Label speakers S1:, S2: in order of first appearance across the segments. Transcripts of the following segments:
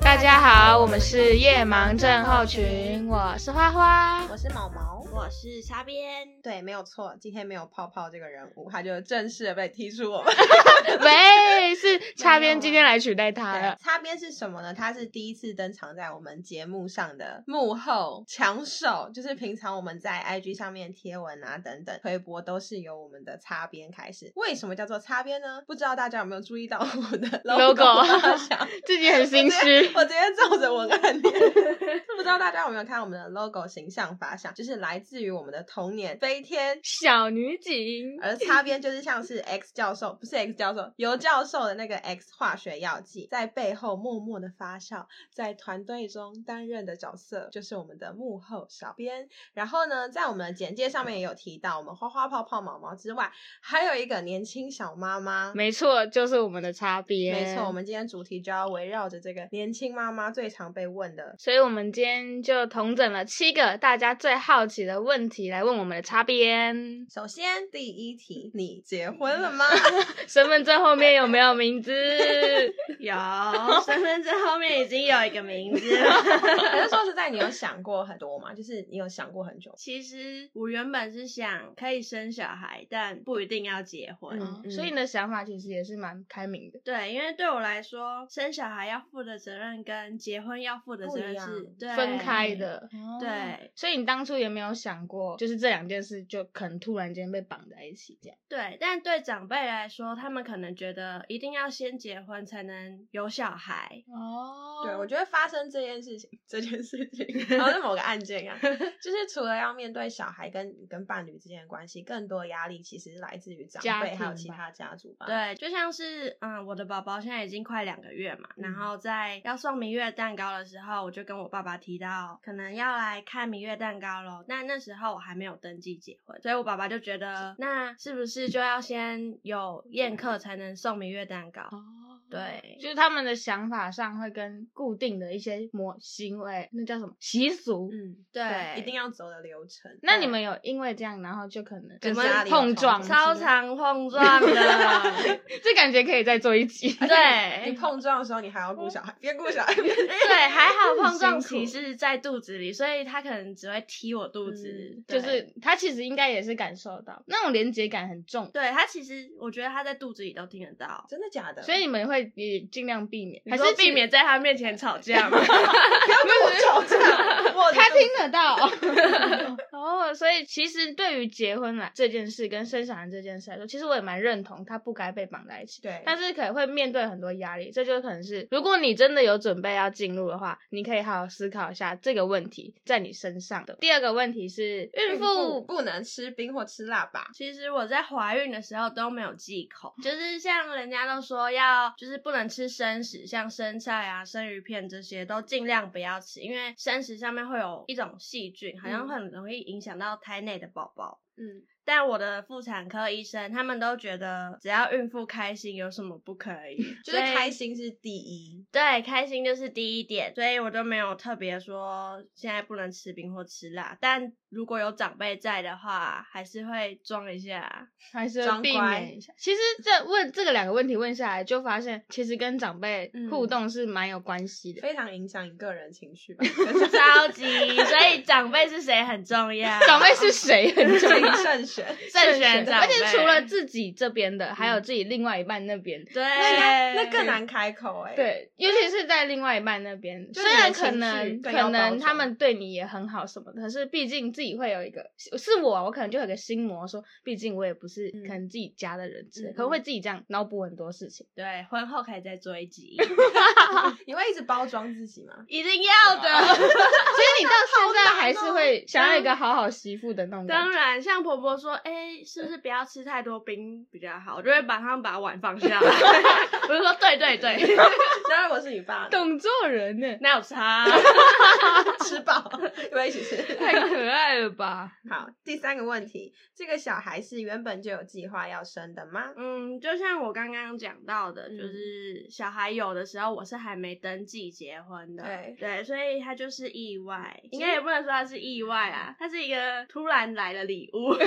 S1: 大家好，我们是夜盲症候群，我是花花。
S2: 我是毛毛，
S3: 我是沙边，
S2: 对，没有错，今天没有泡泡这个人物，他就正式的被踢出我们。
S1: 喂，是擦边今天来取代他
S2: 对
S1: 了。
S2: 擦边是什么呢？他是第一次登场在我们节目上的幕后强手，就是平常我们在 IG 上面贴文啊等等推播都是由我们的擦边开始。为什么叫做擦边呢？不知道大家有没有注意到我的
S1: logo
S2: 发想
S1: 自己很心虚，
S2: 我直接照着文案念。不知道大家有没有看我们的 logo 形象发想，就是来自于我们的童年飞天。
S1: 小女警。
S2: 而擦边就是像是 X 教授，不是 X 教授，尤教授的那个 X 化学药剂，在背后默默的发酵，在团队中担任的角色就是我们的幕后小编。然后呢，在我们的简介上面也有提到，我们花花泡泡毛毛之外，还有一个年轻小妈妈，
S1: 没错，就是我们的擦边。
S2: 没错，我。们今天主题就要围绕着这个年轻妈妈最常被问的
S1: 所以，我们今天就统整了七个大家最好奇的问题来问我们的擦边：
S2: 首先，第一题，你结婚了吗？
S1: 身份证后面有没有名字？
S3: 有身份证后面已经有一个名字了。
S2: 可是说实在，你有想过很多吗？就是你有想过很久吗，
S3: 其实我原本是想可以生小孩，但不一定要结婚。
S1: 嗯所以你的想法其实也是蛮开明的。
S3: 对，因为对我来说，生小孩要负的责任跟结婚要负的责任
S2: 不
S3: 是
S2: 一样
S3: 对
S1: 分开。的，
S3: 对，
S1: 所以你当初也没有想过，就是这两件事就可能突然间被绑在一起这样。
S3: 对，但对长辈来说，他们可能觉得一定要先结婚才能有小孩。
S1: 哦
S2: 对，我觉得发生这件事情，这件事 情，然后是某个案件 啊，就是除了要面对小孩跟跟伴侣之间的关系，更多压力其实来自于长
S1: 家
S2: 辈还有
S1: 庭
S2: 其
S1: 吧
S2: 他家族吧。，
S3: 对，就像是嗯，我的宝宝现在已经快两个月嘛，然后在要送明月蛋糕的时候，我就跟我爸爸提到，可能要来看明月蛋糕咯。那那时候我还没有登记结婚，所以我爸爸就觉得，那是不是就要先有宴客才能送明月蛋糕？
S1: 哦，
S3: 对
S1: 就是他们的想法上会跟固定的一些模行为，那叫什么习俗？
S2: 嗯，
S3: 对，
S2: 一定要走的流程。
S1: 那你们有因为这样，然后就可能
S2: 跟
S1: 就是
S2: 家里有
S1: 碰撞
S2: 冲突
S3: 超
S1: 之类
S3: 常碰撞的。
S1: 的，这感觉可以再做一集。
S2: 你
S3: 对
S2: 碰撞的时候，你还要顾小孩，边顾小孩 边
S3: 对，还好碰撞
S1: 很辛苦
S3: 期是在肚子里，所以他可能只会踢我肚子，
S2: 嗯。
S3: 对
S1: 就是他其实应该也是感受到那种连结感很重，
S3: 对他其实我觉得他在肚子里都听得到
S2: 真的假的？
S1: 所以你们会也尽量避免，
S3: 你
S1: 还
S3: 说
S1: 是
S3: 避免在他面前吵架吗？
S2: 不要跟我吵架， 我
S1: 他
S2: 的肚
S1: 听得到 哦，所以其实对于结婚啦这件事跟生小孩这件事来说，其实我也蛮认同，他不该被绑在一起。
S2: 对，
S1: 但是可能会面对很多压力，这就可能是如果你真的有准备要进入的话，你可以好好思考一下这个问题在你身上的。第二个问题是孕妇，
S2: 不能吃冰或吃辣吧？
S3: 其实我在怀孕的时候都没有忌口，就是像人家都说要，就是不能吃生食，像生菜啊、生鱼片这些都尽量不要吃，因为生食上面会有一种细菌，好像会很容易影响到胎内的宝宝。
S2: 嗯，
S3: 但我的妇产科医生他们都觉得，只要孕妇开心，有什么不可以？
S2: 就是
S3: 所以
S2: 开心是第一。
S3: 对，开心就是第一点，所以我都没有特别说现在不能吃冰或吃辣，但如果有长辈在的话，还是会装一 下。啊
S1: 还是
S2: 装
S1: 避
S2: 乖
S1: 免一下。其实这问这个两个问题问下来，就发现其实跟长辈互
S2: 嗯
S1: 动是蛮有关系的。
S2: 非常影响你个人情绪吧，
S3: 超级，所以长辈是谁很重要。
S1: 长辈是谁 很重要
S2: 谨。慎选。
S3: 慎选长
S1: 而
S3: 辈，
S1: 且除了自己这边的，还有自己另外一半那边。
S3: 对，
S2: 那那更难开口哎、，
S1: 对，尤其是在另外一半那边，
S2: 就
S1: 虽
S2: 是
S1: 然
S2: 你的
S1: 可
S2: 情绪
S1: 能
S2: 更
S1: 可
S2: 要包
S1: 能他
S2: 装
S1: 们对你也很好什么的，可是毕竟自己会有一个，是我啊我可能就有个心魔说，毕竟我也不是
S2: 嗯
S1: 可能自己家的人之类，
S2: 嗯
S1: 可能会自己这样脑补很多事 情。
S3: 对，婚后可以再做一 集，
S2: 你会一直包装自己吗？
S3: 一定要
S2: 哦
S3: 的。
S1: 所以你到现在
S2: 难
S1: 还是
S2: 哦
S1: 会想要一个
S3: 当
S1: 好好媳妇的那种感
S3: 当
S1: 觉。
S3: 然，像婆婆说，哎、是不是不要吃太多冰比较好？我就会马上把碗放下来。 我就说，对对对，
S2: 当然我是你爸呢，
S1: 懂做人 呢，
S3: 那有差。啊
S2: 吃饱，要不要一起吃？
S1: 太可爱了吧！
S2: 好，第三个问题，这个小孩是原本就有计划要生的吗？
S3: 嗯，就像我刚刚讲到的，
S2: 嗯
S3: 就是小孩有的时候我是还没登记结婚的，
S2: 对
S3: 所以他就是意外，
S2: 其
S3: 应
S2: 实
S3: 该也不能说他是意外啊，他是一个突然来的礼 物，所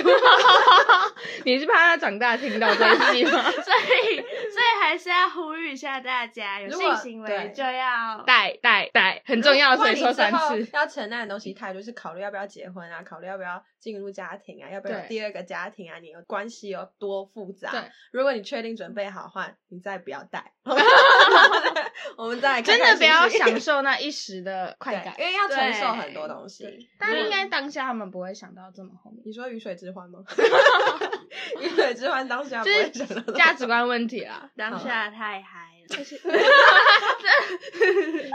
S1: 你是怕他长大听到这一句吗？
S3: 以所以还还是要呼吁一下大家，有
S2: 如
S3: 性
S2: 果
S3: 行为
S2: 对
S3: 就要
S1: 带带带，很重要，所以说三次。
S2: 要承担的东西太多，就是考虑要不要结婚啊，考虑要不要进入家庭啊，要不要有
S1: 对
S2: 第二个家庭啊，你有关系有多复杂
S1: 对。
S2: 如果你确定准备好的话，你再不要带。 我们再来看
S1: 真
S2: 看
S1: 的不要
S2: 是是
S1: 享受那一时的快感
S2: 对，因为 要承受很多
S3: 对
S2: 东西
S3: 对。
S1: 但
S2: 嗯
S1: 应该当下他们不会想到这么后面，
S2: 你说雨水之欢 吗？雨水之欢当时不
S1: 就
S2: 会想到
S1: 是价值观问题 啦。
S2: 嗯
S3: 当下太嗨了。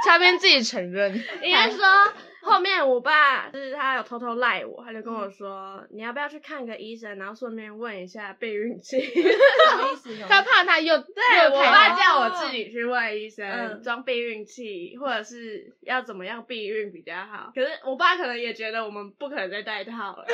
S1: 嘉宾自己承认，
S3: 应该说后面我爸就是他有偷偷赖我，他就跟
S2: 嗯
S3: 我说你要不要去看个医生，然后顺便问一下备孕 期。
S2: 什么意思？有
S1: 他怕他又
S3: 对
S1: 对
S3: 我
S2: 太
S3: 爸
S2: 好
S3: 叫我自己去问医生
S2: 嗯
S3: 装避孕器，或者是要怎么样避孕比较好。可是我爸可能也觉得我们不可能再戴套 了，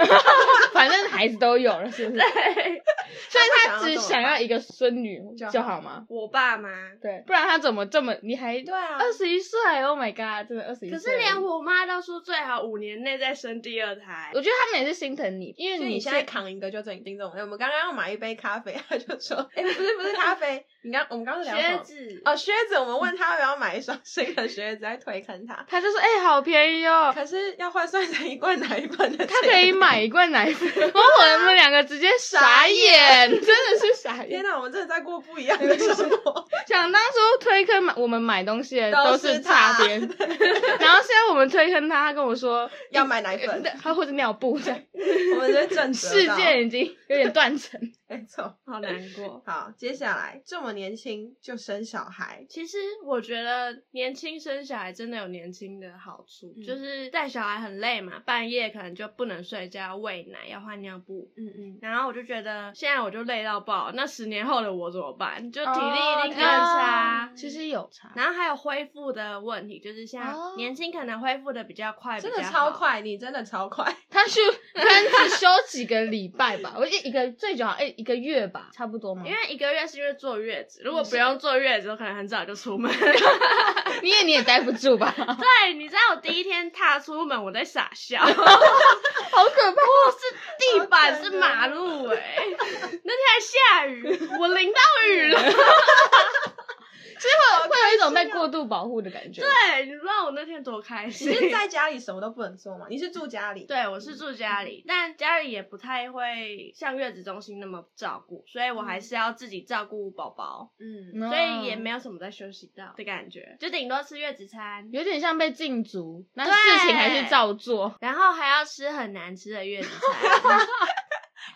S1: 反正孩子都有了，是不是？
S3: 对
S1: 所以他只想要一个孙女
S2: 就好
S1: 就好吗？
S3: 我爸妈。
S1: 对，不然他怎么这么？你还
S2: 对啊，
S1: 二十一岁？Oh my god！真的二十一岁。
S3: 可是连，我妈都说最好五年内再生第二胎
S1: 我，觉得他们也是心疼你，因为
S2: 所以
S1: 你
S2: 你现在扛一个就整定这种。我们刚刚要买一杯咖啡，他就说：“哎、不是不是咖啡，你刚我们刚刚是聊什
S3: 靴
S2: 么？
S3: 子
S2: 哦，靴子。我们问他要不要买一双新的靴子，在推坑他。
S1: 他就说：“哎、好便宜 哦，
S2: 可是要换算成一罐奶粉的钱，
S1: 他可以。买一罐奶粉。”然后我们两个直接傻眼，真的是傻
S2: 天
S1: 眼。
S2: 哪，我们真的在过不一样的生活。
S1: 想当初推坑买我们买东西的
S2: 都
S1: 是
S2: 是
S1: 擦
S2: 他
S1: 边， 然后现在我们推坑他，他跟我说呃
S2: 要买奶粉，
S1: 他或者尿布这样，
S2: 我们在正
S1: 世界已经有点断 层。
S2: 没错。
S3: 好难过。
S2: 好，接下来这么年轻就生小孩，
S3: 其实我觉得年轻生小孩真的有年轻的好处，
S2: 嗯
S3: 就是带小孩很累嘛，半夜可能就不能睡觉，喂奶要换尿布。
S2: 嗯嗯，
S3: 然后我就觉得现在我就累到爆，那十年后的我怎么办？就体力
S1: 哦
S3: 一定更差。
S1: 其实有差，
S3: 然后还有恢复的问题，就是
S1: 哦
S3: 像年轻可能恢复的比较快，
S2: 真
S3: 比
S2: 的
S3: 较
S2: 超
S3: 好。
S2: 快，你真的超快。
S1: 他休他只休几个礼拜吧，我一一个最久好哎一个月吧，差不多嘛。
S3: 因为一个月是因为坐月子，如果
S2: 嗯
S3: 不用坐月子，我可能很早就 出门。
S1: 你也你也待不住 吧，好
S3: 对，你知道我第一天踏出门，我在傻笑。
S1: 可怕。
S3: 是
S2: 哦
S3: 地板是马路哎、 那天还下雨，我淋到雨
S2: 嗯
S3: 了。
S1: 会有一种被过度保护的感觉。
S3: 对，你知道我那天多开
S2: 你
S3: 心。
S2: 是在家里什么都不能做吗？你是住家里？
S3: 对，我是住家里，但家里也不太会像月子中心那么照顾，所以我还是要自己照顾宝宝，
S2: 嗯，
S1: 嗯，
S3: 所以也没有什么在休息到的感觉，就顶多吃月子餐，
S1: 有点像被禁足，那
S3: 对
S1: 事情还是照做。
S3: 然后还要吃很难吃的月子餐。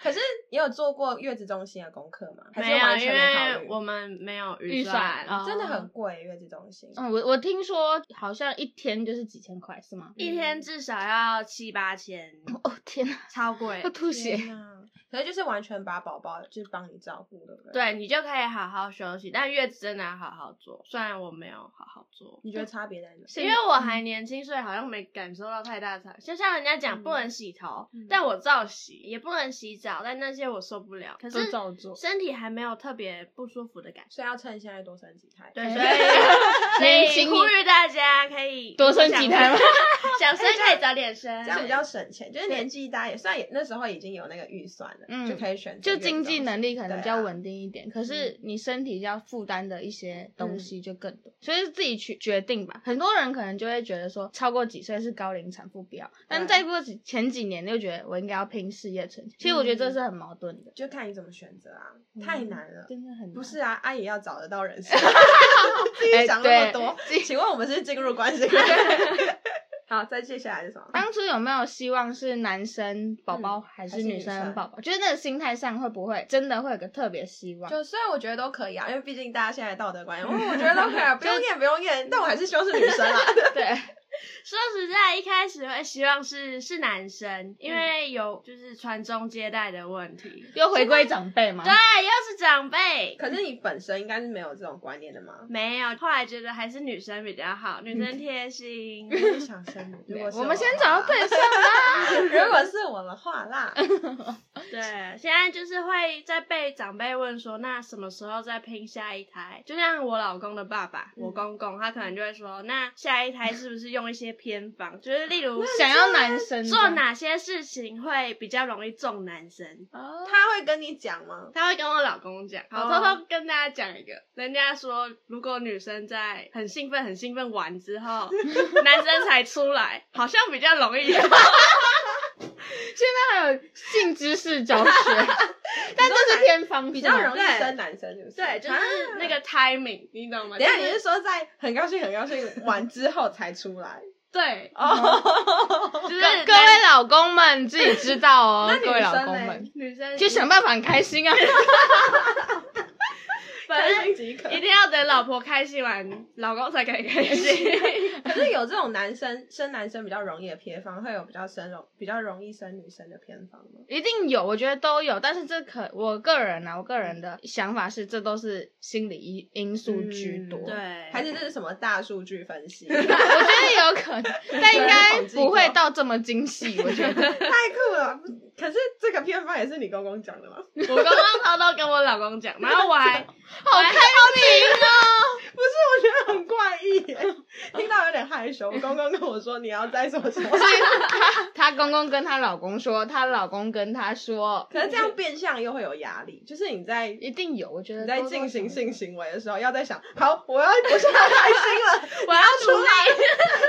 S2: 可是你有做过月子中心的功课吗？还是
S3: 没有，啊
S2: 完全
S3: 因
S2: 没考
S3: 为
S2: 虑？
S3: 我们没有
S1: 预算
S3: 算
S1: 哦
S2: 真的很贵，月子中心。
S1: 嗯，我我听说好像一天就是几千块，是吗？
S3: 一天至少要七八千，
S1: 哦天哪，
S3: 超 贵
S1: 要。吐血！
S2: 天哪！可是就是完全把宝宝就是帮你照顾，对不对？。
S3: 对你啊就可以好好休息，但月子真的要好好做。虽然我没有好好做，
S2: 你觉得差别在哪？
S3: 因为我还年轻，所以好像没感受到太大差。就像人家讲
S2: 嗯
S3: 不能洗头，
S2: 嗯
S3: 但我照洗，也不能洗澡，但那些我受不了。可是
S1: 都照做
S3: 身体还没有特别不舒服的感觉。
S2: 所以要趁现在多生几胎。
S3: 对，
S1: 哎
S3: 所以所
S1: 年
S3: 以
S1: 轻
S3: 呼吁大家可 以
S1: 多生几胎吗？
S3: 想 生可以早点生
S2: 这，样比较省钱，就是年纪大也算也那时候已经有那个预算了，
S1: 嗯
S2: 就可以选择
S1: 就
S2: 月子中
S1: 经
S2: 心。
S1: 济能力可能比较
S2: 对啊
S1: 稳定一点，可是
S3: 嗯
S1: 你身体要负担的一些东西就更多，所以是自己去决定吧。很多人可能就会觉得说，超过几岁是高龄产妇不要，但再过几前几年又觉得我应该要拼事业存钱。其实我觉
S3: 嗯
S1: 得这是很矛盾的，
S2: 就看你怎么选择啊，太难了。
S1: 真的很难
S2: 不是啊，阿姨要找得到人选，自己想那么多。请问我们是进入关系？ 好，再接下来是什么？
S1: 当初有没有希望是男生宝
S2: 嗯
S1: 宝还是女生宝宝？觉得那个心态上会不会真的会有个特别希望？
S2: 就虽然我觉得都可以啊，因为毕竟大家现在道德观念，我觉得都可以，啊，不用念不用念，但我还是希望是女生啊啦。
S1: 对，
S3: 说实在，一开始会希望是是男生，因为有就是传宗接代的问题。
S1: 又回归长辈嘛。
S3: 对，又是长辈。
S2: 可是你本身应该是没有这种观念的嘛？
S3: 没有，后来觉得还是女生比较好，女生贴心。
S2: 我不想生你。 如果是
S1: 我们先
S2: 的
S1: 找
S2: 话
S1: 到对象 啦。
S2: 如果是我的话 啦，
S3: 对，现在就是会在被长辈问说，那什么时候再拼
S2: 嗯
S3: 下一胎？就像我老公的爸爸，我公公，他可能就会说，那下一胎是不是用用一些偏方，就是例如
S1: 想要男生的
S3: 做哪些事情会比较容易中男生。
S1: 哦
S2: 他会跟你讲吗？
S3: 他会跟我老公讲，好，
S2: 哦
S3: 偷偷跟大家讲一个，人家说如果女生在很兴奋、很兴奋完 之后，男生才出来，好像比较容易。
S1: 现在还有性知识教 学，但这是偏方，
S2: 比较容易
S1: 是吗
S2: 生男生，是不是？
S3: 对，就是
S2: 啊
S3: 那个 timing，你懂吗？
S2: 等一下
S3: 就
S2: 你是说在很高兴很高兴完之后才出来？
S3: 对，
S2: 哦，
S3: 就是
S1: 各各位老公们自己知道哦
S2: 那，
S1: 各位
S2: 女
S1: 老
S2: 生
S1: 公
S2: 嘞
S1: 们
S3: 女生
S1: 就想办法很开心啊。
S3: 反正
S2: 即可
S3: 一定要等老婆开心完，老公才可以开心。
S2: 可是有这种男生生男生比较容易的偏方，会有比较生容比较容易生女生的偏方吗？
S1: 一定有，我觉得都有，但是这可我个人啊，我个人的想法是，这都是心理因因素居多。
S2: 嗯
S3: 对，
S2: 还是这是什么大数据分析？
S1: 我觉得也有可能，但应该不会到这么精
S2: 啊
S1: 细。我觉得，
S2: 太酷了！不可是这个偏方也是你公公讲的吗？
S3: 我刚刚偷偷跟我老公讲，然后我 还
S1: 好开明啊！
S2: 不是，我觉得很怪异耶，听到有点害羞。我公公跟我说你要在什么什么，
S1: 她公公跟她老公说，她老公跟她说，
S2: 可是这样变相又会有压力，就是你在
S1: 一定有。我觉得
S2: 你在
S1: 多多
S2: 进行
S1: 少少
S2: 性行为的时候，要在想，好，我要我现在开心了，
S3: 我要出来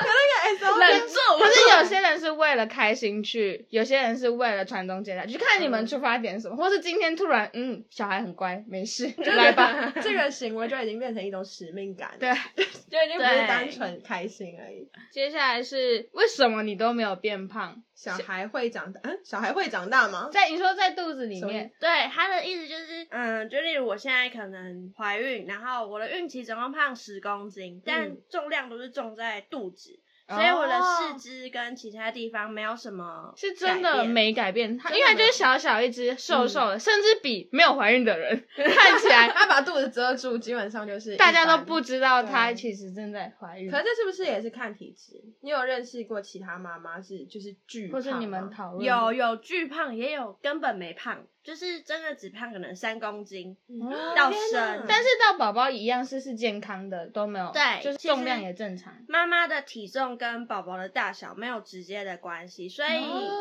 S2: 那 个 S O
S3: 忍住，
S1: 可 是有些人是为了开心去，有些人是为了传宗接代，就看你们出发点是什 么，或是今天突然嗯，小孩很乖，没事，来吧。
S2: 这个行为就已经变成一种使命感，
S1: 对，，
S2: 就已经不是
S3: 对
S2: 单纯开心而已。
S1: 接下来是为什么你都没有变胖？
S2: 小孩会长大，嗯，小孩会长大吗？
S1: 在你说在肚子里
S2: 什么意
S1: 面
S2: 思，
S3: 对他的意思就是，嗯，就例如我现在可能怀孕，然后我的孕期总共胖十公斤，但重量都是重在肚子，所以我的
S1: 哦
S3: 四肢跟其他地方没有什么
S1: 是真
S3: 改
S1: 的
S3: 变
S1: 没改变，它
S2: 真的
S1: 因为它
S2: 没
S1: 就是小小一只，瘦瘦
S3: 嗯
S1: 的，甚至比没有怀孕的 人看起来，
S2: 他把肚子遮住，基本上就是一
S1: 大家都
S2: 般
S1: 不知道她
S2: 对
S1: 其实正在怀孕
S2: 可。是这是不是也是看体质？你有认识过其他妈妈是就是巨胖
S1: 或
S2: 吗，
S1: 是你们讨论
S3: 有有巨胖，也有根本没胖，就是真的只胖可能三公斤。
S1: 嗯
S2: 哦
S3: 到
S2: 天哪
S3: 生
S1: 但是到宝宝一样是是健康的，都没有，
S3: 对
S1: 就是
S3: 其实
S1: 重量也正常。
S3: 妈妈的体重跟宝宝的大小没有直接的关系，所以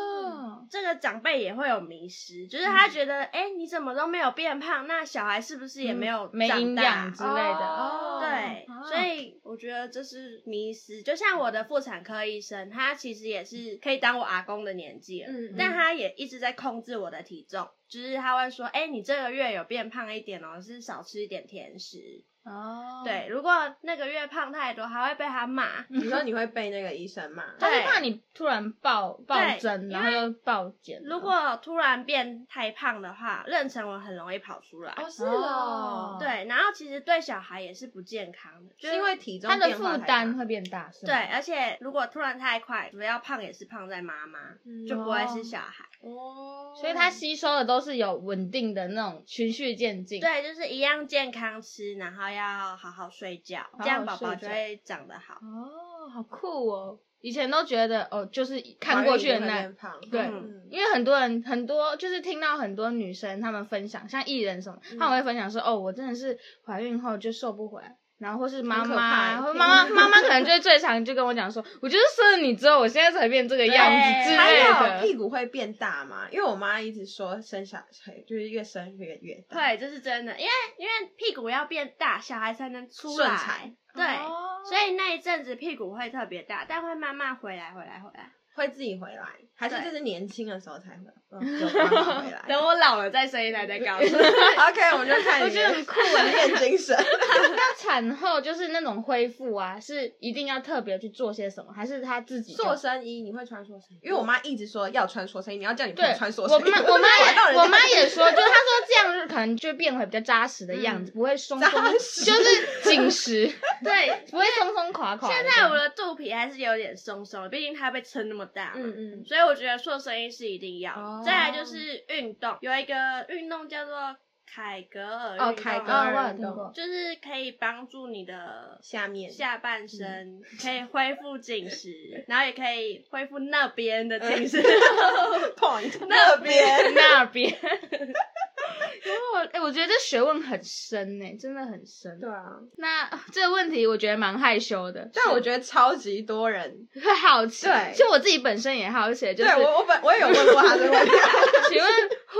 S1: 哦嗯
S3: 这个长辈也会有迷失，就是他觉得，哎、你怎么都没有变胖，那小孩是不是也没有
S1: 嗯没
S3: 长
S1: 营
S3: 大？
S1: 养之类的。
S2: 哦
S3: 对，
S1: 啊
S3: 所以我觉得这是迷失。就像我的妇产科医生，他其实也是可以当我阿公的年纪了，
S2: 嗯
S3: 但他也一直在控制我的体重，就是他会说：“哎、你这个月有变胖一点哦，是少吃一点甜食。
S1: 哦，
S3: 对，，如果那个月胖太多，还会被他骂。
S2: 你说你会被那个医生 骂，
S1: 他是
S3: 对
S1: 怕你突然暴暴增，
S3: 因为
S1: 然后又暴减。
S3: 如果突然变太胖的话，妊娠纹很容易跑出来。
S2: 是哦，
S3: 对，然后其实对小孩也是不健康的，就是
S2: 因为体重
S1: 他的
S2: 变化
S1: 负
S2: 太
S1: 担
S2: 大
S1: 会变大，是吗
S3: 对，而且如果突然太快，主要胖也是胖在妈妈，就不会是小孩。
S2: 哦，
S1: 所以它吸收的都是有稳定的那种循序渐进。，
S3: 对，就是一样健康吃，然后要好好睡觉，
S1: 好
S3: 这样宝
S1: 睡
S3: 宝就
S1: 觉
S3: 会长得好。
S1: 哦，好酷哦！以前都觉得哦，就是看过去的
S2: 怀
S1: 那
S2: 孕也会变胖，
S1: 对
S2: 嗯
S1: 因为很多人很多就是听到很多女生她们分享，像艺人什么，她们会分享说、哦，我真的是怀孕后就瘦不回来。然后或是妈
S2: 很可
S1: 妈，
S2: 怕
S1: 或妈妈 妈妈可能就会最常就跟我讲说，我就是生了你之后，我现在才变这个样子之
S3: 对
S1: 类
S2: 还有
S1: 的。
S2: 屁股会变大嘛？因为我妈一直说生小孩就是越生越越大，
S3: 对，这是真的，因为因为屁股要变大，小孩才能出
S2: 顺
S3: 来
S2: 产。
S3: 对，
S1: 哦
S3: 所以那一阵子屁股会特别大，但会慢慢回来，回来，回来。
S2: 会自己回来，还是
S3: 对
S2: 这是年轻的时候才会嗯 有办法回来
S3: 等我老了再生一来再告诉你。
S2: ？OK，我们就 看你，
S1: 我觉得很酷欸
S2: 实验精神。
S1: 那产后就是那种恢复啊，是一定要特别去做些什么，还是她自己就
S2: 塑身衣你会穿塑身衣？因为我妈一直说要穿塑身衣，你要叫你朋友
S1: 对，
S2: 穿塑
S1: 我
S2: 身衣。
S1: 妈我妈
S2: 到
S1: 也
S2: 底
S1: 我妈也说，就是她 说这样可能就变回比较扎实的样子，不会松松，
S2: 嗯扎
S1: 就
S2: 实
S1: 是紧 实，
S3: 对，
S1: 不会松松垮垮的这
S3: 现
S1: 样。
S3: 在我的肚皮还是有点松松的，毕竟它被撑那么大嘛。
S2: 嗯嗯，
S3: 所以我觉得塑身衣是一定要的。
S2: 哦
S3: 再来就是运动，有一个运动叫做凯格尔运动，
S2: 哦凯格
S1: 啊，
S2: 尔
S1: 我有听过，
S3: 就是可以帮助你的
S2: 下面
S3: 下半
S2: 嗯
S3: 身可以恢复紧实，然后也可以恢复那
S2: 呃 嗯
S3: 边的紧实，
S2: point 那边
S1: 那边哦，哎、我觉得这学问很深呢、真的很深。
S2: 对啊，
S1: 那这个问题我觉得蛮害羞的，
S2: 但我觉得超级多人，
S1: 得会好奇。
S2: 对
S1: 就我自己本身也好奇，就是
S2: 对我我本我也有问过他这 个问题，
S1: 请问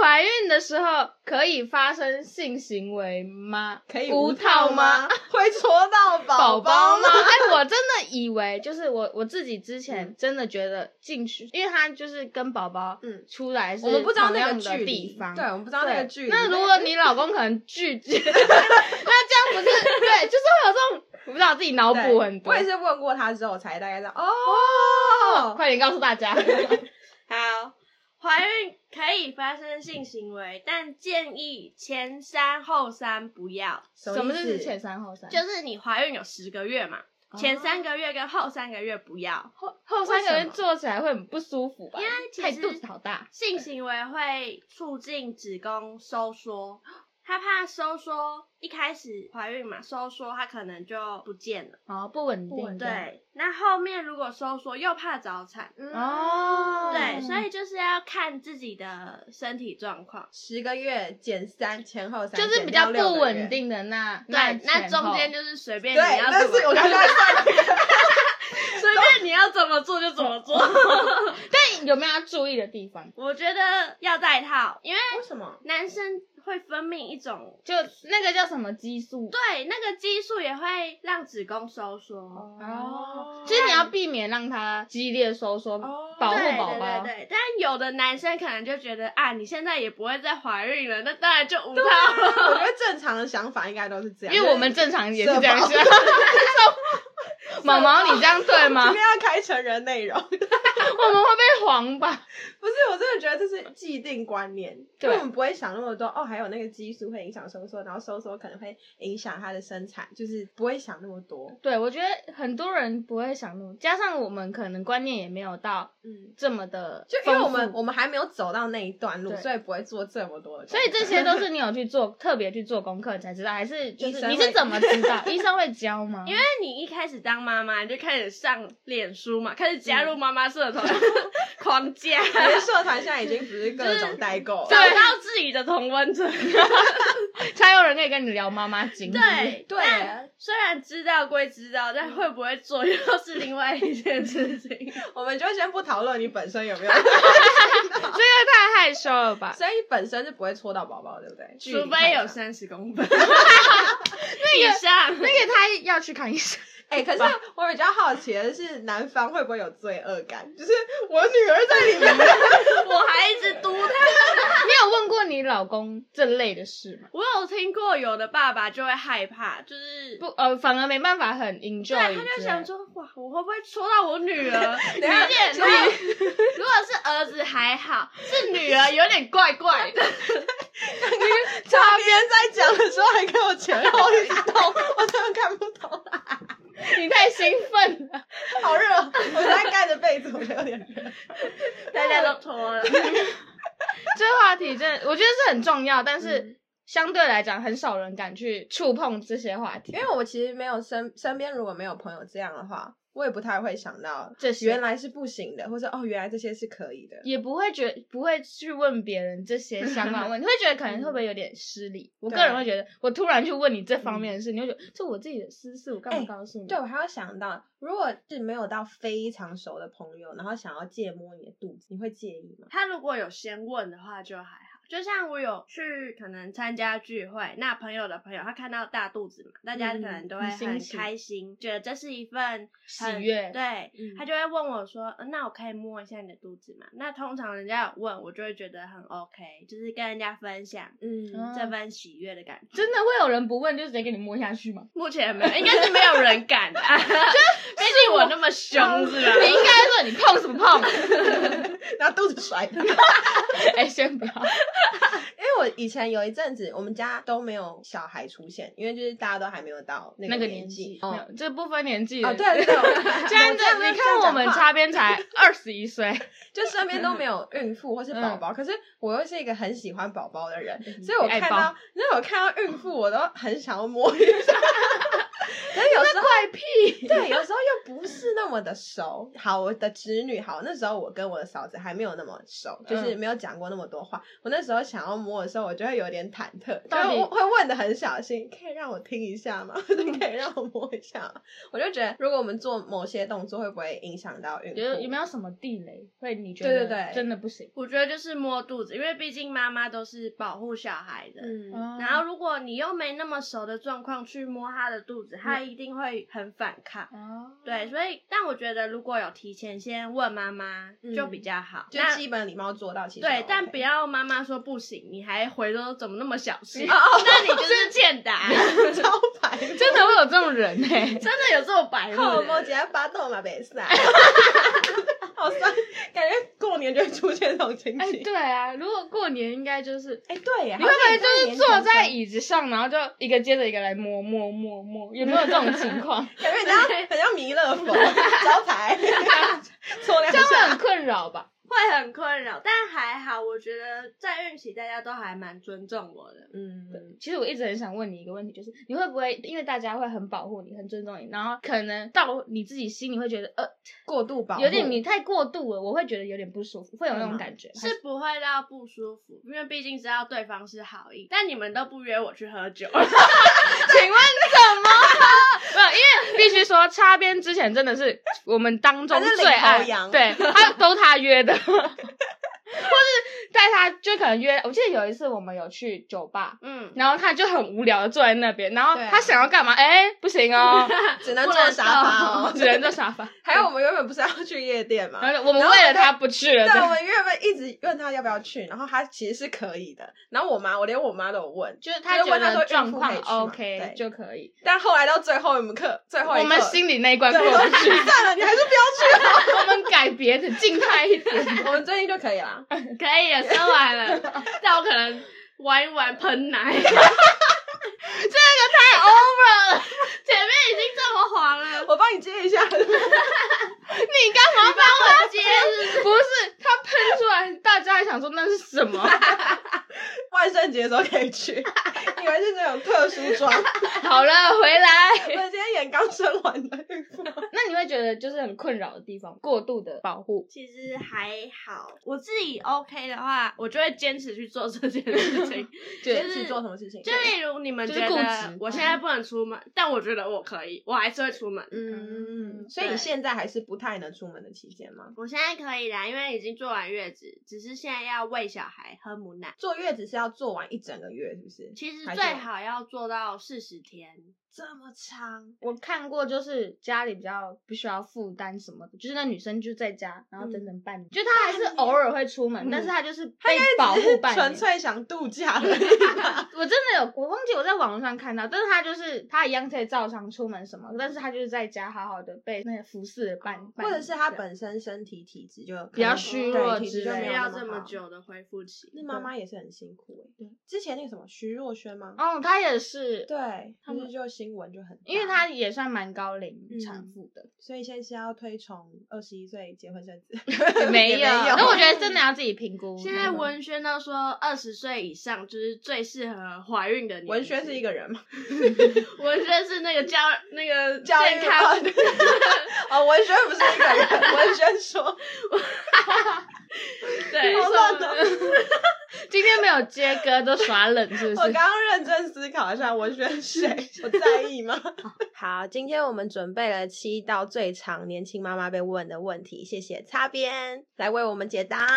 S1: 怀孕的时候可以发生性行为吗？
S2: 可以
S1: 无
S2: 无套吗？？ 会戳到
S1: 宝宝
S2: 宝宝
S1: 吗？？哎，我真的以为就是我我自己之前真的觉得进去，因为他就是跟宝宝
S2: 嗯
S1: 出来是
S2: 我们不知道
S1: 同
S2: 那个
S1: 样的
S2: 距离
S1: 地方，
S2: 对，我们不知道那个
S1: 对
S2: 距离。
S1: 那如果你老公可能拒绝， 那这样不是对，就是会有这种我不知道自己脑
S2: 对
S1: 补很多。
S2: 我也是问过他之后，我才大概知道哦。
S1: 快点告诉大家，
S3: 好，怀孕可以发生性行为，但建议前三后三不要。
S1: 什么
S2: 意
S1: 是指
S2: 思
S1: 前三后三？
S3: 就是你怀孕有十个月嘛，前三个月跟后三个月不要。
S1: 后后三个
S2: 为什
S1: 人
S2: 么
S1: 做起来会很不舒服吧？
S3: 因为其
S1: 太
S3: 实
S1: 肚子好大。
S3: 性行为会促进子宫收缩，他怕收缩，一开始怀孕嘛，收缩它可能就不见了。
S1: 哦，不稳
S2: 不稳
S1: 定。的。
S2: 定
S3: 对，那后面如果收缩又怕早产，
S1: 哦
S3: 对，所以就是要看自己的身体状况。
S2: 十个月减三，前后三
S1: 就是比较不稳。定的那
S3: 对，那
S1: 前后
S3: 中间就是随便
S2: 减
S3: 你
S2: 到六个月对，
S3: 要
S2: 但
S3: 怎
S2: 是 我
S3: 么，
S2: 刚才算了，
S3: 随便你要怎么做就怎么做。
S1: 但有没有要注意的地方？
S3: 我觉得要戴套，因为
S2: 为什么？
S3: 男生会分泌一种，
S1: 就那个叫什么激素？
S3: 对，那个激素也会让子宫收缩，
S1: 哦，就是 你要避免让它激烈收缩，
S2: 哦
S1: 保护
S3: 对
S1: 宝宝
S3: 对对。对，但有的男生可能就觉得啊，你现在也不会再怀孕了，那当然就无套 了。
S2: 我觉得正常的想法应该都是这样，
S1: 因为我们正常也是这样想。 毛毛，你这样对吗？
S2: 今
S1: 我
S2: 天要开成人内 容，
S1: 们会被黄吧？
S2: 不是，我真的觉得这是既定观念，因
S1: 对
S2: 为我们不会想那么多哦，还有那个激素会影响收缩，然后收缩可能会影响他的生产，就是不会想那么多。
S1: 对，我觉得很多人不会想那么，加上我们可能观念也没有到
S2: 嗯，
S1: 这么的
S2: 就
S1: 丰富，
S2: 因为我们我们还没有走到那一段路，
S1: 对
S2: 所以不会做这么多的功
S1: 所
S2: 课。
S1: 以这些都是你有去做特别去做功课才知道，还是就
S2: 医
S1: 是
S2: 生
S1: 你
S2: 会
S1: 是怎么知 道？医生会教吗？
S3: 因为你一开始当妈妈，你就开始上脸书嘛，开始加入妈妈社 团，狂加，
S2: 我们社团现在已经不是 各种代购了，
S3: 找到自己的同温层。
S1: 才有人可以跟你聊妈妈经。
S3: 对
S2: 对
S1: 啊
S3: 但虽然知道归知道，但会不会做又是另外一件事 情。
S2: 我们就先不讨论你本身有没有，
S1: 这个太害羞了吧？
S2: 所以你本身是不会戳到宝宝，对不对？
S3: 除非有
S2: 生。
S3: 三十公 分以上，
S1: 那个他要去看医生，
S2: 哎、可是我比较好奇的是，男方会不会有罪恶感？就是我女儿在里面，
S3: 我还一直嘟 他。
S1: 你有问过你老公这类的事吗？
S3: 我有听过有的爸爸就会害怕，就是
S1: 不，呃，反而没办法很 enjoy 之
S3: 对，啊
S1: 类的。
S3: 他就想说，哇，我会不会戳到我女儿？有
S2: 下
S3: 点
S2: 所
S3: 太，如果是儿子还好，是女儿有点怪怪的。
S2: 擦边在讲的时候还给我前后移动， 我真的看不懂， 啊
S1: 你太兴奋了。
S2: 好热，哦我在盖着被子，我觉得有点热。
S3: 大家都脱了，
S1: 这个话题真的，我觉得是很重要，但
S3: 嗯
S1: 是相对来讲，很少人敢去触碰这些话题
S2: 因。为我其实没有身身边如果没有朋友这样的话，我也不太会想到
S1: 这些
S2: 原来是不行的，或者哦原来这些是可以的。
S1: 也不会觉不会去问别人这些相关问题，会觉得可能会不会有点失礼。我个人会觉得，我突然去问你这
S3: 嗯
S1: 方面的事，你会觉得这我自己的私事，我干嘛
S2: 哎
S1: 告诉你？
S2: 对，我还要想到，如果是没有到非常熟的朋友，然后想要借摸你的肚子，你会介意吗？
S3: 他如果有先问的话就还好。就像我有去可能参加聚会，那朋友的朋友他看到大肚子嘛，大家可
S2: 嗯
S3: 能都会
S1: 很欣
S3: 很
S1: 喜
S3: 开心，觉得这是一份很
S1: 喜悦
S3: 对，
S2: 嗯
S3: 他就会问我说、呃那我可以摸一下你的肚子吗？”那通常人家有问我就会觉得很 OK，就是跟人家分享
S2: 嗯
S1: 嗯
S3: 这份喜悦的感觉。
S1: 真的会有人不问就直接给你摸下去吗？
S3: 目前没有，应该是没有人敢的，啊 毕竟我那么凶是吧？
S1: 你应该问你碰什么碰？
S2: 拿肚子甩。 因
S1: 哎，先不要。
S2: 为我以前有一阵子，我们家都没有小孩出现，因为就是大家都还没有到那
S1: 那个
S2: 年
S1: 纪，没
S2: 哦，
S1: 有这不分年纪
S2: 哦
S1: 的。
S2: 对 对对，我
S1: 现在
S2: 我这样
S1: 这你
S2: 这样
S1: 看我们
S2: 讲话
S1: 擦边才二十一岁，
S2: 就身边都没有孕妇或是宝宝，可是我又是一个很喜欢宝嗯宝的人，所以我
S1: 爱
S2: 看
S1: 抱
S2: 到，那我看到孕妇，我都很想要摸一下。 可是有时候
S1: 怪屁。
S2: 对，有时候又不是那么的熟。好，我的侄女，好，那时候我跟我的嫂子还没有那么熟，就是没有讲过那么多话。我那时候想要摸的时候，我就会有点忐忑，
S1: 到底
S2: 就会问的很小心，可以让我听一下吗？ 或者可以让我摸一下吗？我就觉得，如果我们做某些动作，会不会影响到孕妇？
S1: 觉 得有没有什么地雷会你觉
S2: 对对
S1: 得
S2: 对
S1: 真的不行？
S3: 我觉得就是摸肚子，因为毕竟妈妈都是保护小孩的。
S2: 嗯，
S1: 哦
S3: 然后，如果你又没那么熟的状况去摸她的肚子，她一定会很反抗。
S1: 哦
S3: 对，所以但我觉得如果有提前先问妈妈
S2: 嗯
S3: 就比较好。
S2: 就
S3: 那
S2: 基本礼貌做到，其实
S3: 对，但不
S2: 要。
S3: 要妈妈说不行，你还回说怎么那么小心，
S2: 哦哦
S3: 那你就是欠 打。
S2: 招牌，
S1: 真的会有这种人哎、
S3: 真的有这种白目
S2: 看我
S3: 的
S2: 摸
S3: 人
S2: 几下巴豆嘛，别 塞。好酸，感觉过年就会出现这种 情
S1: 哎、
S2: 景。
S1: 对啊，如果过年应该就是。
S2: 哎，对呀，
S1: 你会不会就是坐在
S2: 椅？
S1: 椅子上，然后就一个接着一个来摸摸摸摸？有没有这种情况？
S2: 感觉很像很像弥勒佛招 牌，搓 两
S1: 这样会
S2: 下
S1: 很。困扰吧？
S3: 会很困扰，但还好，我觉得在孕期大家都还蛮尊重我的。
S2: 嗯，
S1: 其实我一直很想问你一个问题，就是你会不会因为大家会很保护你、很尊重你，然后可能到你自己心里会觉得呃，
S2: 过度保护嗯
S1: 有点你太过度了，我会觉得有点不舒服，会有那种感觉吗。还
S3: 是不会到不舒服，因为毕竟知道对方是好意。但你们都不约我去喝 酒，
S1: 请问怎么 了？没有，因为必须说擦边之前真的是我们当中
S2: 他是领
S1: 最爱
S2: 头，羊
S1: 对他都他约的， 或是带他就可能约。我记得有一次我们有去酒吧。
S3: 嗯，
S1: 然后他就很无聊的坐在那边，然后
S2: 对啊
S1: 他想要干嘛？哎、不行哦，
S2: 只能坐沙发 哦。
S1: 只能坐沙发。
S2: 还有我们原本不是要去夜店吗？
S1: 然后就我们为了他不去了，
S2: 嗯对，我
S1: 对
S2: 们原本一直问他要不要去，然后他其实是可以的。然后我妈，我连我妈都有问，
S1: 就是
S2: 就
S1: 他
S2: 是
S1: 觉
S2: 问他说
S1: 得
S2: 孕妇
S1: 状况
S2: 可以去吗
S1: OK
S2: 对
S1: 就可以。
S2: 但后来到最后一门课，最后一
S1: 我们
S2: 刻
S1: 心里那一关
S2: 对
S1: 过不
S2: 都
S1: 去，
S2: 去算了，你还是不要去好
S1: 我们改别的，静态一点。
S2: 了。我们最近就可以啦。
S3: 可以了，喝完了，但我可能玩一玩喷奶， 这个太 over 了，前面已经这么黄了，
S2: 我帮你接一下，
S1: 你干嘛把我
S3: 接是
S1: 不是，他喷出来，大家还想说那是什么？
S2: 万圣节的时候可 以去，你们是那种特殊装。
S1: 好了，回
S2: 我
S1: 来。
S2: 们今天演刚生完的孕妇。
S1: 那你会觉得就是很困扰的地方，过度的保护。
S3: 其实还好，我自己 OK 的话，我就会坚持去做这件事情。
S1: 对
S3: 就是
S2: 做什么事情？
S3: 就例如你们
S1: 就
S3: 觉
S1: 是固执
S3: 得我现在不能出门，但我觉得我可以，我还是会出门。
S2: 嗯，
S1: 嗯
S2: 所以你
S3: 对
S2: 现在还是不太能出门的期间吗？
S3: 我现在可以啦，因为已经做完月子，只是现在要喂小孩喝母奶。
S2: 坐月子是要做完一整个月，是不是？
S3: 其实
S2: 还是
S3: 最好要做到四十天，
S2: 这么 长，
S1: 我看过，就是家里比较不需要负担什么的，就是那女生就在家，然后整整半年，嗯就她还是偶尔会出门，
S3: 嗯
S1: 但是她就是
S2: 她
S1: 被保护半
S2: 纯
S1: 年。
S2: 粹想度假 而已吧
S1: 我真的有，我忘记我在网络上看到，但是她就是她一样可以照常出门什么，但是她就是在家好好的被那个服侍了半，半
S2: 哦或者
S1: 年
S2: 是她
S1: 这样
S2: 本身身体体质就
S1: 比较
S2: 可能
S1: 虚弱
S2: 对体质
S1: 之
S2: 就
S1: 类的
S2: 没有
S3: 需要
S2: 那
S3: 这么
S2: 好。
S3: 久的恢复期。
S2: 那妈妈也是很辛苦哎
S1: 对。
S2: 之前那个什么徐若瑄吗？
S1: 哦，她也是，
S2: 对，
S1: 他
S2: 他
S1: 们
S2: 们就新闻就很大，
S1: 因为她也算蛮高龄
S2: 嗯
S1: 产妇的，
S2: 所以现在是要推崇二十一岁结婚生子，
S1: 也没有。
S2: 也没有
S1: 那我觉得真的要自己评估。
S3: 现在文轩都说二十岁以上就是最适合怀孕的年纪。
S2: 文轩是一个人吗？
S3: 文轩是那个教那个
S2: 教育
S3: 健康
S2: 哦对哦，文轩不是一个人，文轩 说
S3: 对，
S2: 好乱哦。
S1: 今天没有接歌，都耍冷是不
S2: 我刚
S1: 是？
S2: 刚认真思考一下，我选谁？我在意吗？
S1: 哦
S2: 好，今天我们准备了七道最常年轻妈妈被问的问题，谢谢擦边来为我们解答。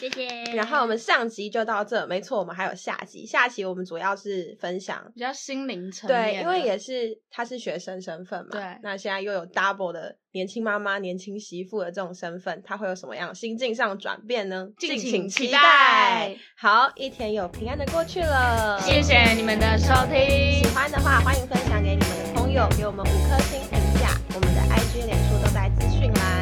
S3: 谢谢。
S2: 然后我
S1: 嗯
S2: 们上集就到这，没错，我们还有下集。下集我们主要是分享，
S1: 比较心灵层
S2: 对，
S1: 面的，
S2: 因为也是她是学生身份嘛，
S1: 对
S2: 那现在又有 double 的年轻妈妈、年轻媳妇的这种身份，她会有什么样的心境上的转变呢？
S1: 敬
S2: 请
S1: 请
S2: 期
S1: 期
S2: 待
S1: 待。
S2: 好，一天有平安的过去了，
S1: 谢谢你们的收听
S2: 喜，欢的话，欢迎分享给你们的朋友，给我们五颗星评价。我们的 IG、脸书都在资讯栏。